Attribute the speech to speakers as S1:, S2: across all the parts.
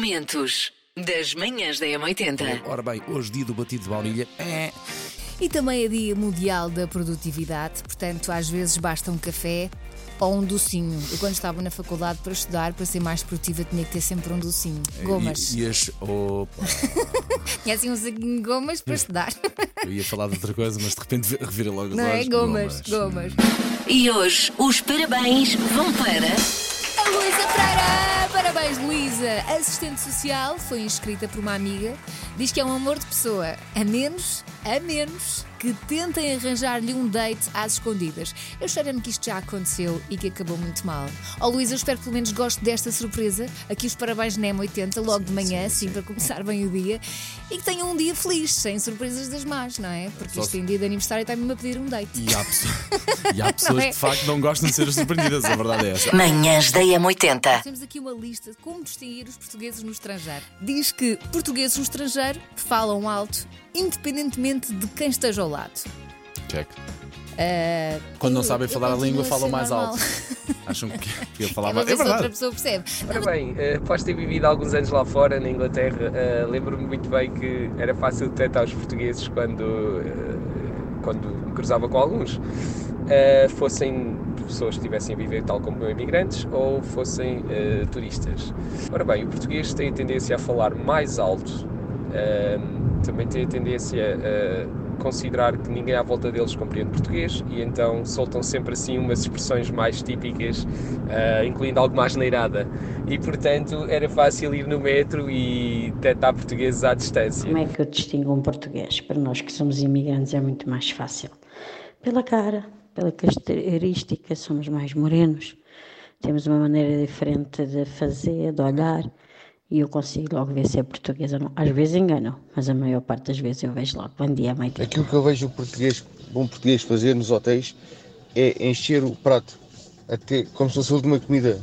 S1: Momentos das manhãs da M80.
S2: Ora bem, hoje dia do batido de baunilha. É.
S3: E também é Dia Mundial da Produtividade, portanto, às vezes basta um café ou um docinho. Eu, quando estava na faculdade para estudar, para ser mais produtiva, tinha que ter sempre um docinho. Gomas.
S2: E, e as- Opa,
S3: Tinha assim um saquinho de gomas para estudar.
S2: eu ia falar de outra coisa, mas de repente ve- revira logo os
S3: Não é?
S2: olhos.
S3: Gomas, gomas.
S1: E hoje os parabéns vão para.
S3: A Luísa Freira! Parabéns, Luísa! Assistente social, foi inscrita por uma amiga. Diz que é um amor de pessoa, a menos, a menos que tentem arranjar-lhe um date às escondidas. Eu cheiro-me que isto já aconteceu e que acabou muito mal. Ó Luísa, eu espero que pelo menos goste desta surpresa. Aqui os parabéns na M80, logo de manhã, assim, para começar bem o dia. E que tenham um dia feliz, sem surpresas das más, não é? Porque
S2: Só
S3: isto
S2: se-
S3: em dia de aniversário está mesmo a pedir um date.
S2: E há, pesso- e há pessoas
S3: Não
S2: que
S3: é?
S2: de facto não gostam de ser surpreendidas, a verdade é essa.
S1: Manhãs da M80.
S3: Temos aqui uma lista de como distinguir os portugueses no estrangeiro. Diz que portugueses no estrangeiro falam alto, independentemente de quem esteja ao lado. Ah,
S2: Check. Quando não
S3: eu-
S2: sabem
S3: eu
S2: falar a
S3: continuo
S2: língua,
S3: a
S2: falam
S3: ser
S2: mais
S3: normal.
S2: alto. Acham que, que eu
S3: É
S2: falava.
S3: uma
S2: É
S3: vez se outra
S2: verdade.
S3: pessoa percebe.
S4: Ora bem, eh, após ter vivido alguns anos lá fora, na Inglaterra, eh, lembro-me muito bem que era fácil detectar os portugueses quando, eh, quando me cruzava com alguns. Eh, fossem pessoas que estivessem a viver tal como eu, imigrantes, ou fossem eh, turistas. Ora bem, o português tem a tendência a falar mais alto, eh, também tem a tendência a considerar que ninguém à volta deles compreende português e então soltam sempre assim umas expressões mais típicas, eh, incluindo alguma asneirada. E portanto era fácil ir no metro e detectar portugueses à distância.
S5: Como é que eu distingo um português? Para nós que somos imigrantes é muito mais fácil. Pela cara, pela característica, somos mais morenos, temos uma maneira diferente de fazer, de olhar, e eu consigo logo ver se é português ou não. Às vezes enganam, mas a maior parte das vezes eu vejo logo. Bom dia, mãe.
S6: Aquilo que eu vejo o português, bom português fazer nos hotéis é encher o prato até como se fosse a última comida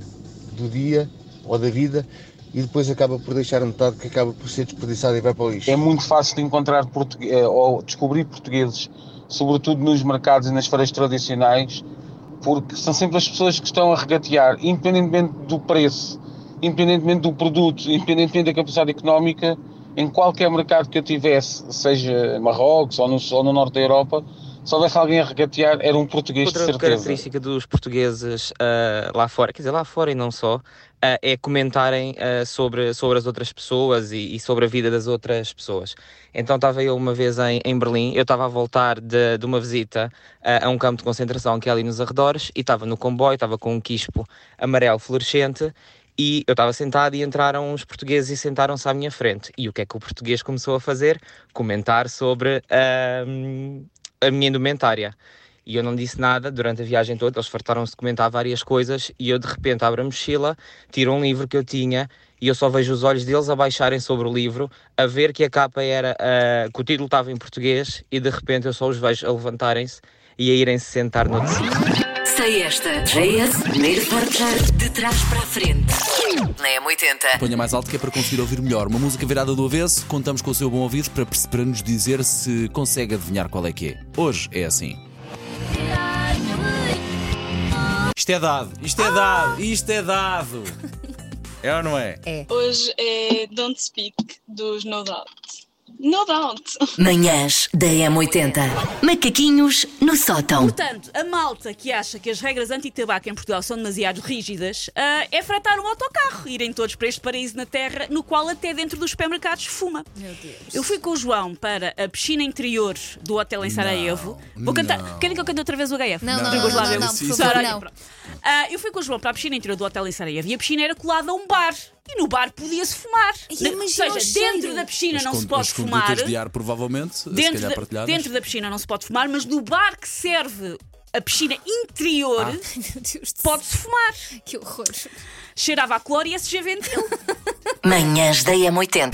S6: do dia ou da vida e depois acaba por deixar a metade que acaba por ser desperdiçada e vai para o lixo.
S7: É muito fácil de encontrar portugue- eh, ou descobrir portugueses, sobretudo nos mercados e nas feiras tradicionais, porque são sempre as pessoas que estão a regatear, independentemente do preço, independentemente do produto, independentemente da capacidade económica, em qualquer mercado que eu tivesse, seja em Marrocos ou no, ou no norte da Europa, se houvesse alguém a regatear, era um português de
S8: Outra
S7: certeza.
S8: característica dos portugueses ah, lá fora, quer dizer, lá fora e não só, ah, é comentarem ah, sobre, sobre as outras pessoas e, e sobre a vida das outras pessoas. Então estava eu uma vez em, em Berlim, eu estava a voltar de, de uma visita ah, a um campo de concentração que é ali nos arredores e estava no comboio, estava com um quispo amarelo fluorescente e eu estava sentado e entraram uns portugueses e sentaram-se à minha frente. E o que é que o português começou a fazer? Comentar sobre ah, a minha indumentária. E eu não disse nada durante a viagem toda, eles fartaram-se de comentar várias coisas e eu de repente abro a mochila, tiro um livro que eu tinha e eu só vejo os olhos deles a baixarem sobre o livro, a ver que a capa era, ah, que o título estava em português e de repente eu só os vejo a levantarem-se e a irem se sentar no sítio.
S1: Sei esta. JS, primeiro portar de trás para a frente. Na M80.
S2: Ponha mais alto que é para conseguir ouvir melhor. Uma música virada do avesso, contamos com o seu bom ouvido para, perce- para nos dizer se consegue adivinhar qual é que é. Hoje é assim. Isto é dado, isto é dado, isto é dado. É ou não é?
S9: Hoje é Don't Speak dos No Doubt. No Doubt!
S1: Manhãs da M80. Macaquinhos no sótão.
S10: Portanto, a malta que acha que as regras anti-tabaco em Portugal são demasiado rígidas ah, é fratar um autocarro, irem todos para este paraíso na Terra, no qual até dentro dos supermercados fuma. Meu Deus. Eu fui com o João para a piscina interior do hotel em Sarajevo. Vou cantar. Querem que eu cante outra vez o HF?
S3: Não, não,
S2: não, não,
S3: não, não,
S2: não,
S3: não, por
S2: isso-
S3: favor,
S10: Sarajevo,
S3: não.
S10: pronto. Ah, eu fui com o João para a piscina interior do hotel em Sarajevo e a piscina era colada a um bar. E no bar podia-se fumar.
S3: Ai,
S10: Ou
S3: imagina o
S10: seja,
S3: cheiro.
S10: dentro da piscina
S2: As
S10: não
S2: con-
S10: se pode
S2: as condutas
S10: fumar.
S2: de ar, provavelmente, se
S10: Dentro
S2: calhar
S10: da,
S2: partilhadas.
S10: dentro da piscina não se pode fumar, mas no bar que serve a piscina interior
S2: Ah.
S3: Meu Deus do
S10: pode-se fumar.
S3: céu, Que horror.
S10: Cheirava a cloro e SG Ventil.
S1: Manhãs da M80.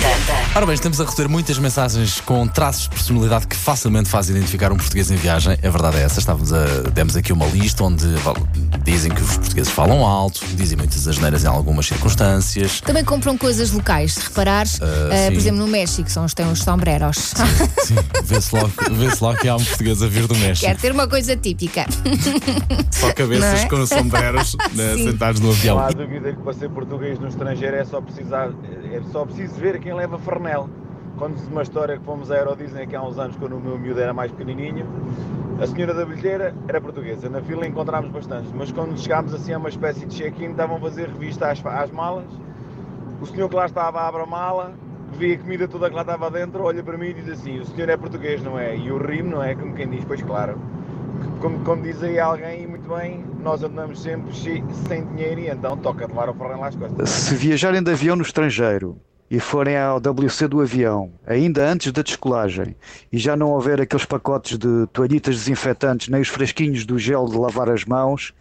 S2: Ora bem, estamos a receber muitas mensagens com traços de personalidade que facilmente fazem identificar um português em viagem. A verdade é essa, estávamos a, demos aqui uma lista onde val- Dizem que os portugueses falam alto, dizem muitas asneiras em algumas circunstâncias.
S3: Também compram coisas locais, se reparares. ah,
S2: sim.
S3: por exemplo, no México são os, têm os sombreros. Ah,
S2: Sim, vê-se logo, vê logo que há um português a vir do México.
S3: Quer ter uma coisa típica.
S2: Só cabeças
S3: Não é?
S2: com sombreros né,
S3: Sim.
S2: sentados no avião.
S4: Não há dúvida que para ser português no estrangeiro é só, precisar, é só preciso ver quem leva farnel. Conto-vos uma história que fomos à Euro Disney aqui há uns anos, quando o meu miúdo era mais pequenininho. A senhora da bilheteira era portuguesa. Na fila encontrámos bastantes, mas quando chegámos assim a uma espécie de check-in, estavam a fazer revista às, fa- às malas. O senhor que lá estava abre a mala, vê a comida toda que lá estava dentro, olha para mim e diz assim: O senhor é português, não é? E eu rimo, não é? Como quem diz, pois claro. Como, como diz aí alguém, e muito bem, nós andamos sempre che- sem dinheiro e então toca de levar o forró lá às costas.
S11: Se viajarem de avião no estrangeiro e forem ao WC do avião, ainda antes da descolagem, e já não houver aqueles pacotes de toalhitas desinfetantes nem os fresquinhos do gel de lavar as mãos,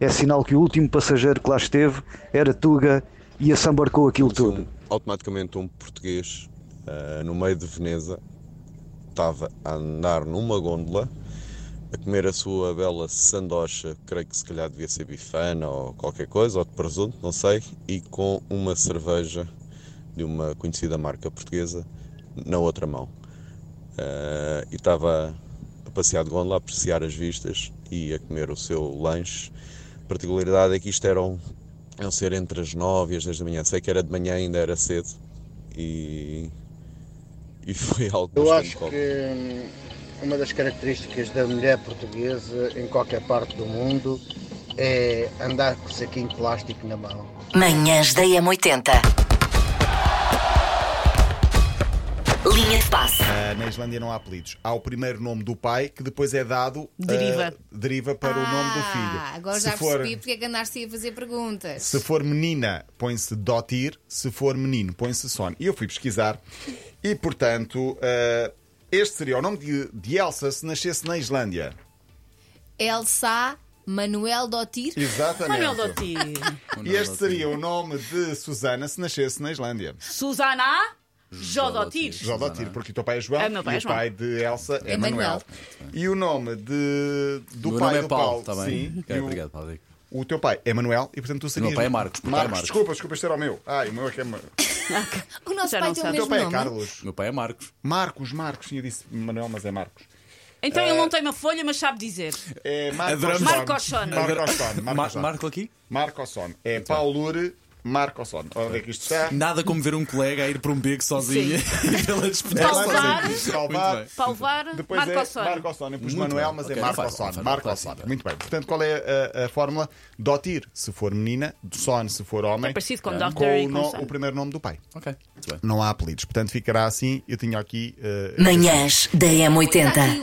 S11: é sinal que o último passageiro que lá esteve era Tuga e assambarcou aquilo tudo.
S12: automaticamente um português ah, no meio de Veneza estava a andar numa gôndola a comer a sua bela sandocha, creio que se calhar devia ser bifana ou qualquer coisa, ou de presunto, não sei, e com uma cerveja de uma conhecida marca portuguesa na outra mão. Ah, e estava a passear de gôndola, a apreciar as vistas e a comer o seu lanche. A particularidade é que isto era um eu ser entre as 9 e as 10 da manhã. Sei que era de manhã, ainda era cedo. E. E foi algo
S6: Eu
S12: bastante
S6: acho
S12: cómico.
S6: que hum, uma das características da mulher portuguesa em qualquer parte do mundo é andar com o saquinho de plástico na mão.
S1: Manhãs da M80. Linha de passe.
S10: Ah, na Islândia não há apelidos. Há o primeiro nome do pai que depois é dado. ah,
S3: Deriva.
S10: deriva para o nome do filho.
S3: Ah, agora
S10: se
S3: já
S10: for,
S3: percebi porque é que andaste a fazer perguntas.
S10: Se for menina, põe-se Dotir. Se for menino, põe-se Son. E eu fui pesquisar. E portanto, ah, este seria o nome de, de Elsa se nascesse na Islândia.
S3: Elsa Manuel Dotir.
S10: Exatamente.
S13: Manuel Dotti.
S10: E
S2: é
S10: este seria o nome de Susana se nascesse na Islândia.
S13: Susana Jodotir.
S10: Jodotir, porque o teu pai é João
S13: É, meu pai
S10: e
S13: é
S10: o
S13: João.
S10: pai de Elsa é,
S13: É
S10: Manuel.
S13: Manuel.
S10: E o nome de, do
S2: Meu
S10: pai
S2: nome é
S10: do
S2: Paulo,
S10: Paulo,
S2: tá bem.
S10: sim.
S2: Ok,
S10: e o-
S2: obrigado, Paulo.
S10: O teu pai é Manuel e portanto tu serias.
S2: meu pai é Marcos, meu pai é
S10: Marcos,
S2: Marcos.
S10: desculpa, desculpa, este era o meu. Ai, o meu é que é. Ma-
S3: O nosso
S13: Já
S3: pai
S13: não
S3: tem
S13: sabe.
S3: o
S10: O teu
S3: mesmo
S10: pai é
S3: nome.
S10: Carlos.
S2: Meu pai é Marcos.
S10: Marcos, Marcos, sim, eu disse Manuel, mas é Marcos. Ah,
S13: Então ele não tem uma folha, mas sabe dizer.
S10: É Marcos.
S13: Adoramos- Marco Son.
S10: Marcos Son.
S2: Mar-
S10: Marcos Son.
S2: Marco aqui?
S10: Marcos Son. É Paulure Marcos Son. Olha onde é que isto está.
S2: Nada como ver um colega a ir para um beco sozinho pela despedida.
S13: Salvar.
S10: Salvar.
S2: Muito bem.
S13: Palvar,
S10: Depois
S13: Marco
S10: é
S13: Sónia.
S10: Marco Ossónio. Pus
S2: Muito
S10: Manuel,
S2: bem.
S10: mas
S2: Ok,
S10: é
S2: não
S10: Marco
S2: faz mal,
S10: Ossónio.
S2: faz
S10: Marco
S2: mal,
S10: Ossónio. Muito bem. Portanto, qual é a, a fórmula? Dotir, se for menina. Son, se for homem.
S13: É parecido com
S10: eh,
S13: Dr. e
S10: o,
S13: com
S10: no-
S13: Son.
S10: o primeiro nome do pai.
S2: Ok, muito bem.
S10: Não há apelidos. Portanto, ficará assim. Eu tinha aqui... eh,
S1: Manhãs da
S3: Está aqui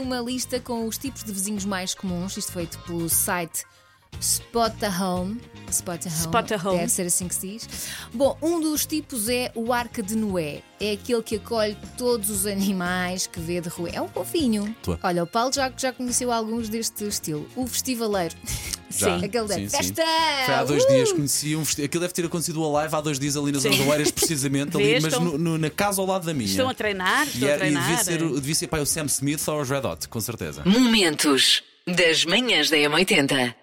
S1: M80.
S3: uma lista com os tipos de vizinhos mais comuns, isto feito pelo site Spot a Home. Spot a Home.
S13: Spot a Home.
S3: Deve ser assim que se diz. Bom, um dos tipos é o Arca de Noé. É aquele que acolhe todos os animais que vê de rua. É um fofinho.
S2: Tua.
S3: Olha, o Paulo já, já conheceu alguns deste estilo. O Festivaleiro.
S2: Já.
S3: Aquele da
S2: Sim, sim.
S3: festa!
S2: Foi há dois
S3: Uh!
S2: dias, conheci um vestido. Aquilo deve ter acontecido ao live há dois dias ali nas Oeiras, precisamente, ali,
S13: Vês,
S2: mas
S13: estão-
S2: no- no- na casa ao lado da minha.
S13: Estão a treinar,
S2: E,
S13: estão a
S2: era, e
S13: treinar.
S2: devia ser, o- devia ser pai o Sam Smith ou os Red Hot, com certeza.
S1: Momentos das manhãs da M80.